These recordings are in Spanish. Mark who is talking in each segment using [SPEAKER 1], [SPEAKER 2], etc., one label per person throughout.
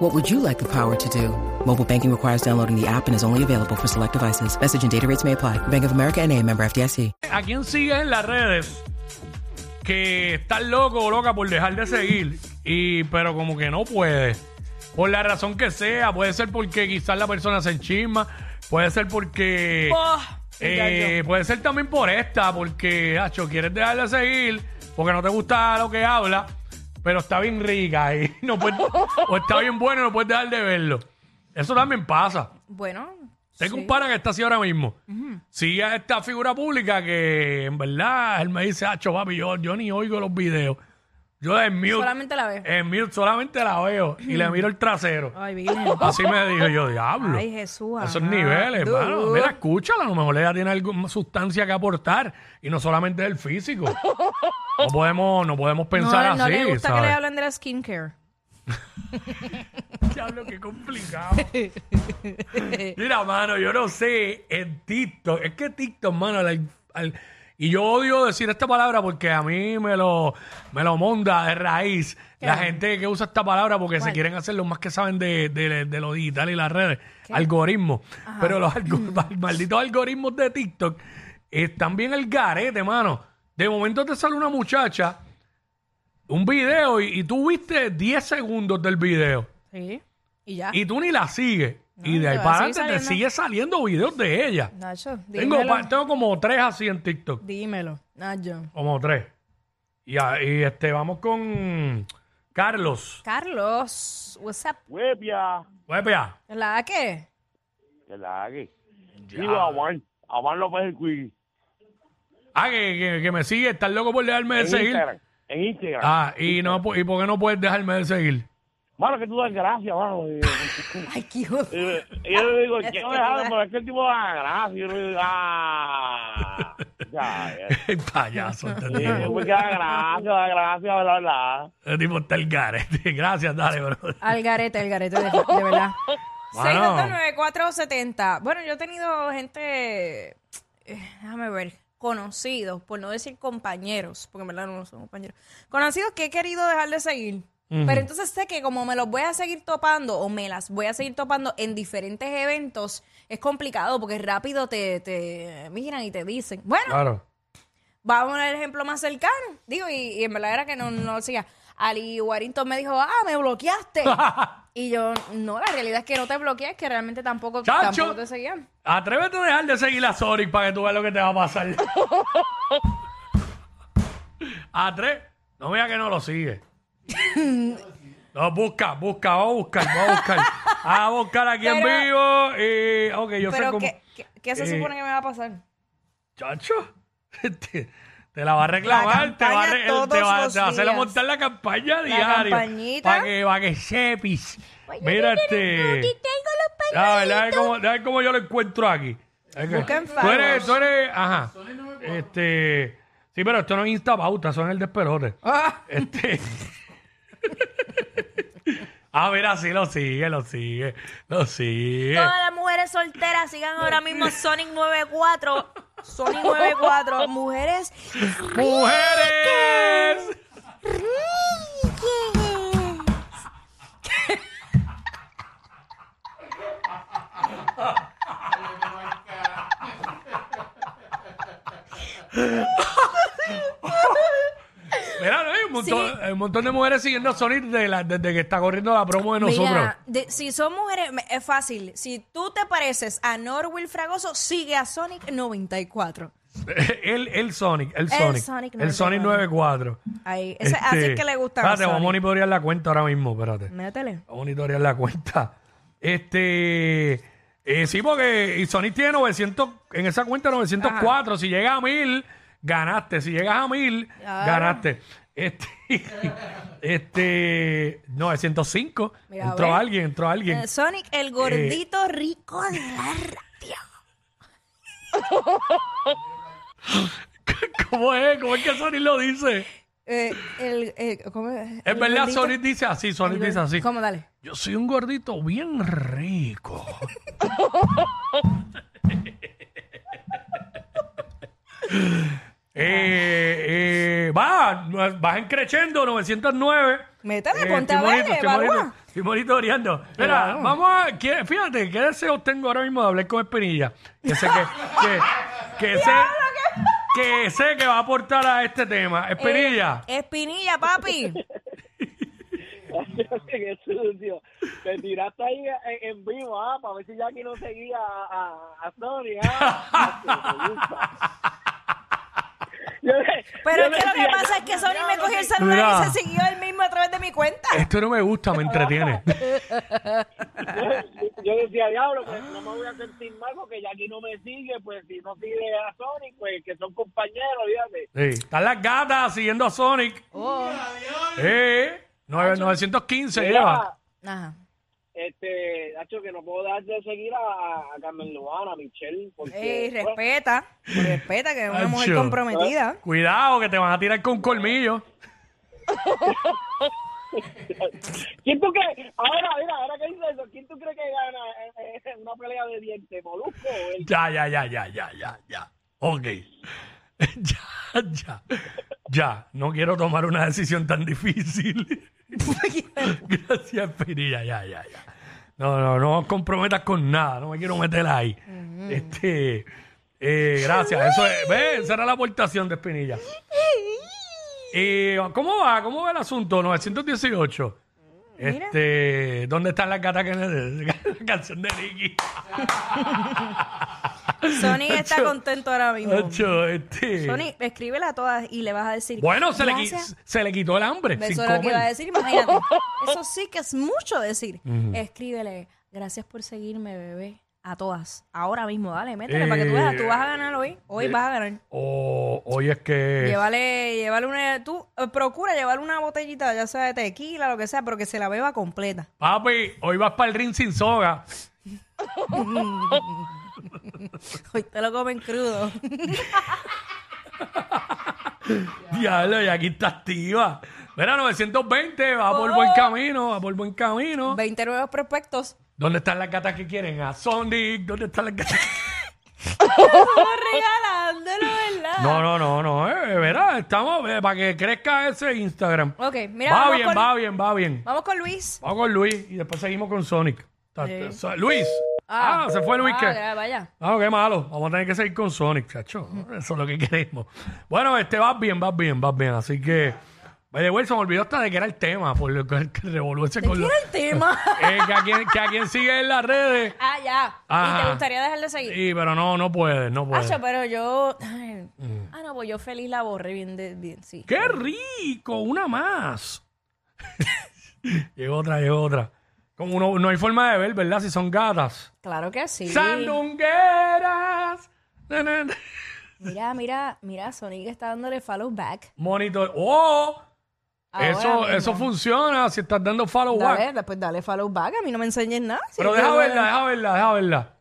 [SPEAKER 1] What would you like the power to do? Mobile banking requires downloading the app and is only available for select devices. Message and data rates may apply. Bank of America and a member FDIC.
[SPEAKER 2] ¿A quién sigue en las redes que está loco o loca por dejar de seguir? Y, pero como que no puede. Por la razón que sea, puede ser porque quizás la persona se enchisma, puede ser porque.
[SPEAKER 3] Ah,
[SPEAKER 2] eh, puede ser también por esta, porque, hacho, quieres dejar de seguir, porque no te gusta lo que habla, pero está bien rica y no puedes, o está bien bueno y no puedes dejar de verlo. Eso también pasa.
[SPEAKER 3] Bueno.
[SPEAKER 2] Tengo
[SPEAKER 3] sí.
[SPEAKER 2] un pana que está así ahora mismo. Sigue a esta figura pública que, en verdad, él me dice, acho, papi, yo, yo ni oigo los videos. Yo en mute,
[SPEAKER 3] Solamente la veo.
[SPEAKER 2] en mute solamente la veo y le miro el trasero.
[SPEAKER 3] Ay, virgen.
[SPEAKER 2] Así me dijo yo, diablo.
[SPEAKER 3] Ay, Jesús.
[SPEAKER 2] Esos
[SPEAKER 3] ajá.
[SPEAKER 2] niveles,
[SPEAKER 3] Dude.
[SPEAKER 2] hermano. Mira, escúchala. A lo mejor ella tiene alguna sustancia que aportar y no solamente el físico. no, podemos, no podemos pensar
[SPEAKER 3] no, no
[SPEAKER 2] así,
[SPEAKER 3] le gusta que le
[SPEAKER 2] ¿sabes?
[SPEAKER 3] hablen de la skincare.
[SPEAKER 2] Diablo, qué complicado. Mira, mano, yo no sé en TikTok. Es que TikTok, mano, al- al- y yo odio decir esta palabra porque a mí me lo, me lo monda de raíz la gente que usa esta palabra porque se quieren hacer los más que saben de, de- de lo digital y las redes. Algoritmos. Pero los algo- malditos algoritmos de TikTok están bien el garete, mano. De momento te sale una muchacha, un video, y, y tú viste 10 segundos del video
[SPEAKER 3] Sí. Y ya.
[SPEAKER 2] y tú ni la sigues. y de ahí
[SPEAKER 3] te va
[SPEAKER 2] para
[SPEAKER 3] a
[SPEAKER 2] adelante
[SPEAKER 3] seguir
[SPEAKER 2] te sigue
[SPEAKER 3] saliendo.
[SPEAKER 2] saliendo videos de ella.
[SPEAKER 3] Nacho, dímelo.
[SPEAKER 2] Tengo, pa- tengo como tres así en TikTok.
[SPEAKER 3] Dímelo, Nacho.
[SPEAKER 2] Como tres. Y, a- y, este, vamos con Carlos.
[SPEAKER 3] Carlos, what's up?
[SPEAKER 4] Huevia,
[SPEAKER 2] Huepea.
[SPEAKER 3] ¿La qué?
[SPEAKER 4] que la hague. Digo a Juan, a Juan López el Cuy.
[SPEAKER 2] Ah, que, que- que me sigue. Estás loco por dejarme de
[SPEAKER 4] En
[SPEAKER 2] seguir.
[SPEAKER 4] Instagram. En Instagram.
[SPEAKER 2] Ah, y, no, pu- ¿y por qué no puedes dejarme de seguir?
[SPEAKER 4] Mano, que tú das gracias, mano. Eh,
[SPEAKER 3] Ay, qué hijo. de-
[SPEAKER 4] eh, y yo le digo,
[SPEAKER 3] Es
[SPEAKER 4] quiero
[SPEAKER 3] que
[SPEAKER 4] dejarlo,
[SPEAKER 3] tú-
[SPEAKER 4] pero es que el tipo da gracias. Yo le digo, ah. Ya, ya.
[SPEAKER 2] El payaso. este
[SPEAKER 4] Eh,
[SPEAKER 2] tipo.
[SPEAKER 4] Porque da gracias, da gracias, bla, bla.
[SPEAKER 2] El tipo está el garete. Gracias, dale, bro.
[SPEAKER 3] Al garete, al garete, de, de verdad.
[SPEAKER 2] Bueno.
[SPEAKER 3] 629-470. Bueno, yo he tenido gente, eh, déjame ver, conocidos, por no decir compañeros, porque en verdad no son compañeros, conocidos que he querido dejar de seguir. Pero entonces sé que como me los voy a seguir topando o me las voy a seguir topando en diferentes eventos, es complicado porque rápido te, te miran y te dicen, bueno,
[SPEAKER 2] Claro.
[SPEAKER 3] Vamos al ejemplo más cercano. Digo, y, y en verdad era que no, no lo siga. Ali Warrington me dijo, ah, me bloqueaste. y yo, no, la realidad es que no te bloqueé, es que realmente tampoco,
[SPEAKER 2] Chacho.
[SPEAKER 3] tampoco te seguía.
[SPEAKER 2] Atrévete a dejar de seguir a Sonic para que tú veas lo que te va a pasar. a tres. No vea que no lo sigue. No, busca, busca, vamos a buscar, vamos a buscar. A buscar aquí en
[SPEAKER 3] Pero-
[SPEAKER 2] vivo. eh, ok, yo sé
[SPEAKER 3] Pero,
[SPEAKER 2] cómo.
[SPEAKER 3] ¿qué, qué, qué se
[SPEAKER 2] eh,
[SPEAKER 3] supone que me va a pasar?
[SPEAKER 2] Chacho, te, te la va a reclamar, te va a,
[SPEAKER 3] campaña
[SPEAKER 2] re-
[SPEAKER 3] todos
[SPEAKER 2] te va-
[SPEAKER 3] los
[SPEAKER 2] te va a hacer
[SPEAKER 3] días.
[SPEAKER 2] montar la campaña diaria.
[SPEAKER 3] campañita.
[SPEAKER 2] Para que, pa' que sepis.
[SPEAKER 3] Oye,
[SPEAKER 2] Mira
[SPEAKER 3] Pues yo tengo- yo
[SPEAKER 2] este.
[SPEAKER 3] tengo los pa-
[SPEAKER 2] A ver, déjame cómo, déjame cómo yo lo encuentro aquí. Es que-
[SPEAKER 3] Busca en
[SPEAKER 2] tú
[SPEAKER 3] Firefox.
[SPEAKER 2] eres, tú eres, ajá. Este, sí, pero esto no es Instapauta, son el despelote.
[SPEAKER 3] Ah,
[SPEAKER 2] Este. ah, mira, sí, lo sigue, lo sigue, lo sigue.
[SPEAKER 3] Todas las mujeres solteras sigan ahora mismo Sonic 94. Sonic 94. Mujeres.
[SPEAKER 2] ¡Mujeres! Mira, no, hay un montón, hay un montón de mujeres siguiendo a Sonic de la- desde que está corriendo la promo de nosotros.
[SPEAKER 3] Mira, de- si son mujeres, me- es fácil. Si tú te pareces a Norwil Fragoso, sigue a Sonic 94.
[SPEAKER 2] El, el Sonic, el
[SPEAKER 3] El
[SPEAKER 2] Sonic.
[SPEAKER 3] Sonic
[SPEAKER 2] el Sonic 94.
[SPEAKER 3] Ahí. Ese- así es que le gusta.
[SPEAKER 2] Este, Espérate, vamos a monitorear la cuenta ahora mismo, espérate.
[SPEAKER 3] Métele.
[SPEAKER 2] Vamos a monitorear la cuenta. Este. eh, sí, porque y Sonic tiene 900. En esa cuenta 904. Si llegas a 1000, ganaste. Si llegas a 1000,
[SPEAKER 3] Claro.
[SPEAKER 2] ganaste. Este. este. 905.
[SPEAKER 3] Mira,
[SPEAKER 2] entró
[SPEAKER 3] ve.
[SPEAKER 2] alguien, entró alguien.
[SPEAKER 3] Eh, Sonic, el gordito rico de la radio.
[SPEAKER 2] ¿Cómo es? ¿Cómo es que Sony lo dice?
[SPEAKER 3] Eh, el, eh, ¿cómo es?
[SPEAKER 2] Es
[SPEAKER 3] El
[SPEAKER 2] verdad,
[SPEAKER 3] gordito.
[SPEAKER 2] Sony dice así, Sony dice así.
[SPEAKER 3] ¿Cómo? Dale.
[SPEAKER 2] Yo soy un gordito bien rico. eh, eh, va, vas creciendo 909.
[SPEAKER 3] Métale,
[SPEAKER 2] Eh,
[SPEAKER 3] ponte
[SPEAKER 2] estoy
[SPEAKER 3] a
[SPEAKER 2] bonito,
[SPEAKER 3] ver,
[SPEAKER 2] estoy bonito,
[SPEAKER 3] evalúa.
[SPEAKER 2] Estoy monitoreando. Mira, vamos a. ¿qué- fíjate, ¿qué deseos tengo ahora mismo de hablar con Espinilla? Que sé que. que, que sé, que sé que va a aportar a este tema. Espinilla.
[SPEAKER 3] Eh, Espinilla, papi.
[SPEAKER 4] Qué sucio. Te tiraste ahí en, en vivo, ah, para ver si Jackie no seguía a, a, a Sony, ah. Yo le-
[SPEAKER 3] Pero
[SPEAKER 4] yo
[SPEAKER 3] es que lo
[SPEAKER 4] le
[SPEAKER 3] que
[SPEAKER 4] decía,
[SPEAKER 3] pasa es que Sony me cogió el celular
[SPEAKER 2] Mira. Eh.
[SPEAKER 3] y se siguió él mismo a través de mi cuenta.
[SPEAKER 2] Esto no me gusta, me entretiene.
[SPEAKER 4] yo- Yo decía, diablo, pues no me voy a sentir mal porque Jackie no me sigue, pues si no sigue a Sony, pues que son compañeros, fíjate.
[SPEAKER 2] Sí. Están las gatas siguiendo a Sonic. Eh, nueve- 915 lleva.
[SPEAKER 3] Ajá.
[SPEAKER 4] Este, Nacho, que no puedo dejar de seguir a, a Carmen Luana, a Michelle, porque...
[SPEAKER 3] Ey,
[SPEAKER 4] bueno,
[SPEAKER 3] respeta. Respeta que es una mujer
[SPEAKER 2] Acho.
[SPEAKER 3] comprometida.
[SPEAKER 2] Cuidado, que te van a tirar con colmillo.
[SPEAKER 4] ¿Quién tú crees? Ahora, mira, ahora que dices eso, ¿quién tú crees que gana eh, eh, una pelea de dientes, Molusco o él?
[SPEAKER 2] Ya, ya, ya, ya, ya, ya, ya. Ok. ya, ya. Ya. No quiero tomar una decisión tan difícil. Gracias, Pirilla. Ya, ya, ya. No, no, no comprometas con nada. No me quiero meter ahí. Este. eh, gracias. Eso es. Ve, esa era la aportación de Espinilla. Eh, ¿Cómo va? ¿Cómo va el asunto? 918.
[SPEAKER 3] Mira.
[SPEAKER 2] Este, ¿Dónde están las gatas que la canción de Nicky?
[SPEAKER 3] Sony está
[SPEAKER 2] Acho.
[SPEAKER 3] contento ahora mismo.
[SPEAKER 2] Ocho, este.
[SPEAKER 3] Sony, escríbela a todas y le vas a decir.
[SPEAKER 2] Bueno, se le, qui-
[SPEAKER 3] "Gracias".
[SPEAKER 2] se le quitó el hambre. sin
[SPEAKER 3] Eso es lo que
[SPEAKER 2] comer.
[SPEAKER 3] iba a decir, imagínate. Eso sí que es mucho decir. Escríbele, gracias por seguirme, bebé. A todas. Ahora mismo, dale, métele para que tú
[SPEAKER 2] Eh,
[SPEAKER 3] veas. Tú vas a ganar hoy. Hoy vas a ganar.
[SPEAKER 2] O- oye, Oh, es que.
[SPEAKER 3] Llévale, llévale una. Tú eh, procura llevar una botellita, ya sea de tequila, lo que sea, pero que se la beba completa.
[SPEAKER 2] Papi, hoy vas para el ring sin soga.
[SPEAKER 3] Hoy te lo comen crudo.
[SPEAKER 2] Diablo, y aquí está activa. Mira, 920, va por
[SPEAKER 3] Oh.
[SPEAKER 2] buen camino, va por buen camino.
[SPEAKER 3] 20 nuevos prospectos.
[SPEAKER 2] ¿Dónde están las gatas que quieren? A Sonic, ¿dónde están las gatas? que-
[SPEAKER 3] Estamos regalándolo, ¿verdad?
[SPEAKER 2] No, no, no, no, eh, verá, estamos eh, para que crezca ese Instagram.
[SPEAKER 3] Ok, mira,
[SPEAKER 2] va
[SPEAKER 3] vamos,
[SPEAKER 2] bien,
[SPEAKER 3] con,
[SPEAKER 2] va bien, va bien.
[SPEAKER 3] vamos con Luis.
[SPEAKER 2] Vamos con Luis y después seguimos con Sonic. Ta- ta- so- Luis. Ah, se fue Luis.
[SPEAKER 3] ah,
[SPEAKER 2] que...
[SPEAKER 3] ya, Vaya.
[SPEAKER 2] Ah, qué malo. Vamos a tener que seguir con Sonic, chacho. Eso es lo que queremos. Bueno, este, vas bien, vas bien, vas bien. Así que... By the way, se me olvidó hasta de que era el tema, por lo que que revolú ese con lo-
[SPEAKER 3] Mira el tema.
[SPEAKER 2] Eh, que, a quien, que a quien sigue en las redes.
[SPEAKER 3] Ah, ya. ¿Y
[SPEAKER 2] Ajá.
[SPEAKER 3] te gustaría dejar de seguir?
[SPEAKER 2] Sí, pero no, no puede, no puede.
[SPEAKER 3] Acho, pero yo. ay, Ah, no, pues yo feliz la borré bien, de- bien sí.
[SPEAKER 2] Mm. ¡Qué rico! Una más. llegó otra, llegó otra. Como no, no hay forma de ver, ¿verdad? Si son gatas.
[SPEAKER 3] Claro que sí.
[SPEAKER 2] ¡Sandungueras! Na, na, na.
[SPEAKER 3] Mira, mira, mira, Sonic está dándole follow back.
[SPEAKER 2] Monitor. ¡Oh!
[SPEAKER 3] Ahora
[SPEAKER 2] Eso,
[SPEAKER 3] mismo.
[SPEAKER 2] eso funciona si estás dando follow back.
[SPEAKER 3] Dale, pues dale follow back. A mí no me enseñes nada. Si
[SPEAKER 2] Pero
[SPEAKER 3] yo
[SPEAKER 2] deja
[SPEAKER 3] quiero-
[SPEAKER 2] verla, deja verla, deja verla.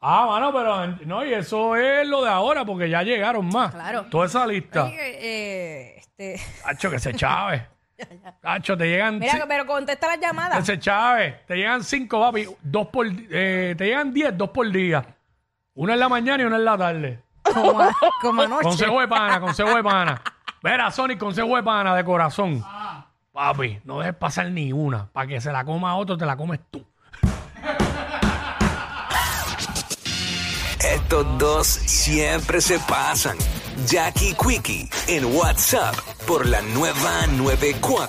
[SPEAKER 2] Ah, mano, pero en- no, y eso es lo de ahora, porque ya llegaron más.
[SPEAKER 3] Claro.
[SPEAKER 2] Toda esa lista.
[SPEAKER 3] Oye, eh, este,
[SPEAKER 2] Hacho, que se chave. Hacho, te llegan.
[SPEAKER 3] Mira,
[SPEAKER 2] ci-
[SPEAKER 3] pero contesta las
[SPEAKER 2] que
[SPEAKER 3] llamadas.
[SPEAKER 2] se chave. Te llegan cinco, papi. Dos por. eh, te llegan diez, dos por día. Una en la mañana y una en la tarde.
[SPEAKER 3] Como, a- como anoche.
[SPEAKER 2] Consejo de pana, consejo de pana. Verá, Sonic, consejo de pana de corazón. Papi, no dejes pasar ni una. Para que se la coma otro, te la comes tú.
[SPEAKER 5] Estos dos siempre se pasan. Jackie Quickie en WhatsApp por la nueva 94.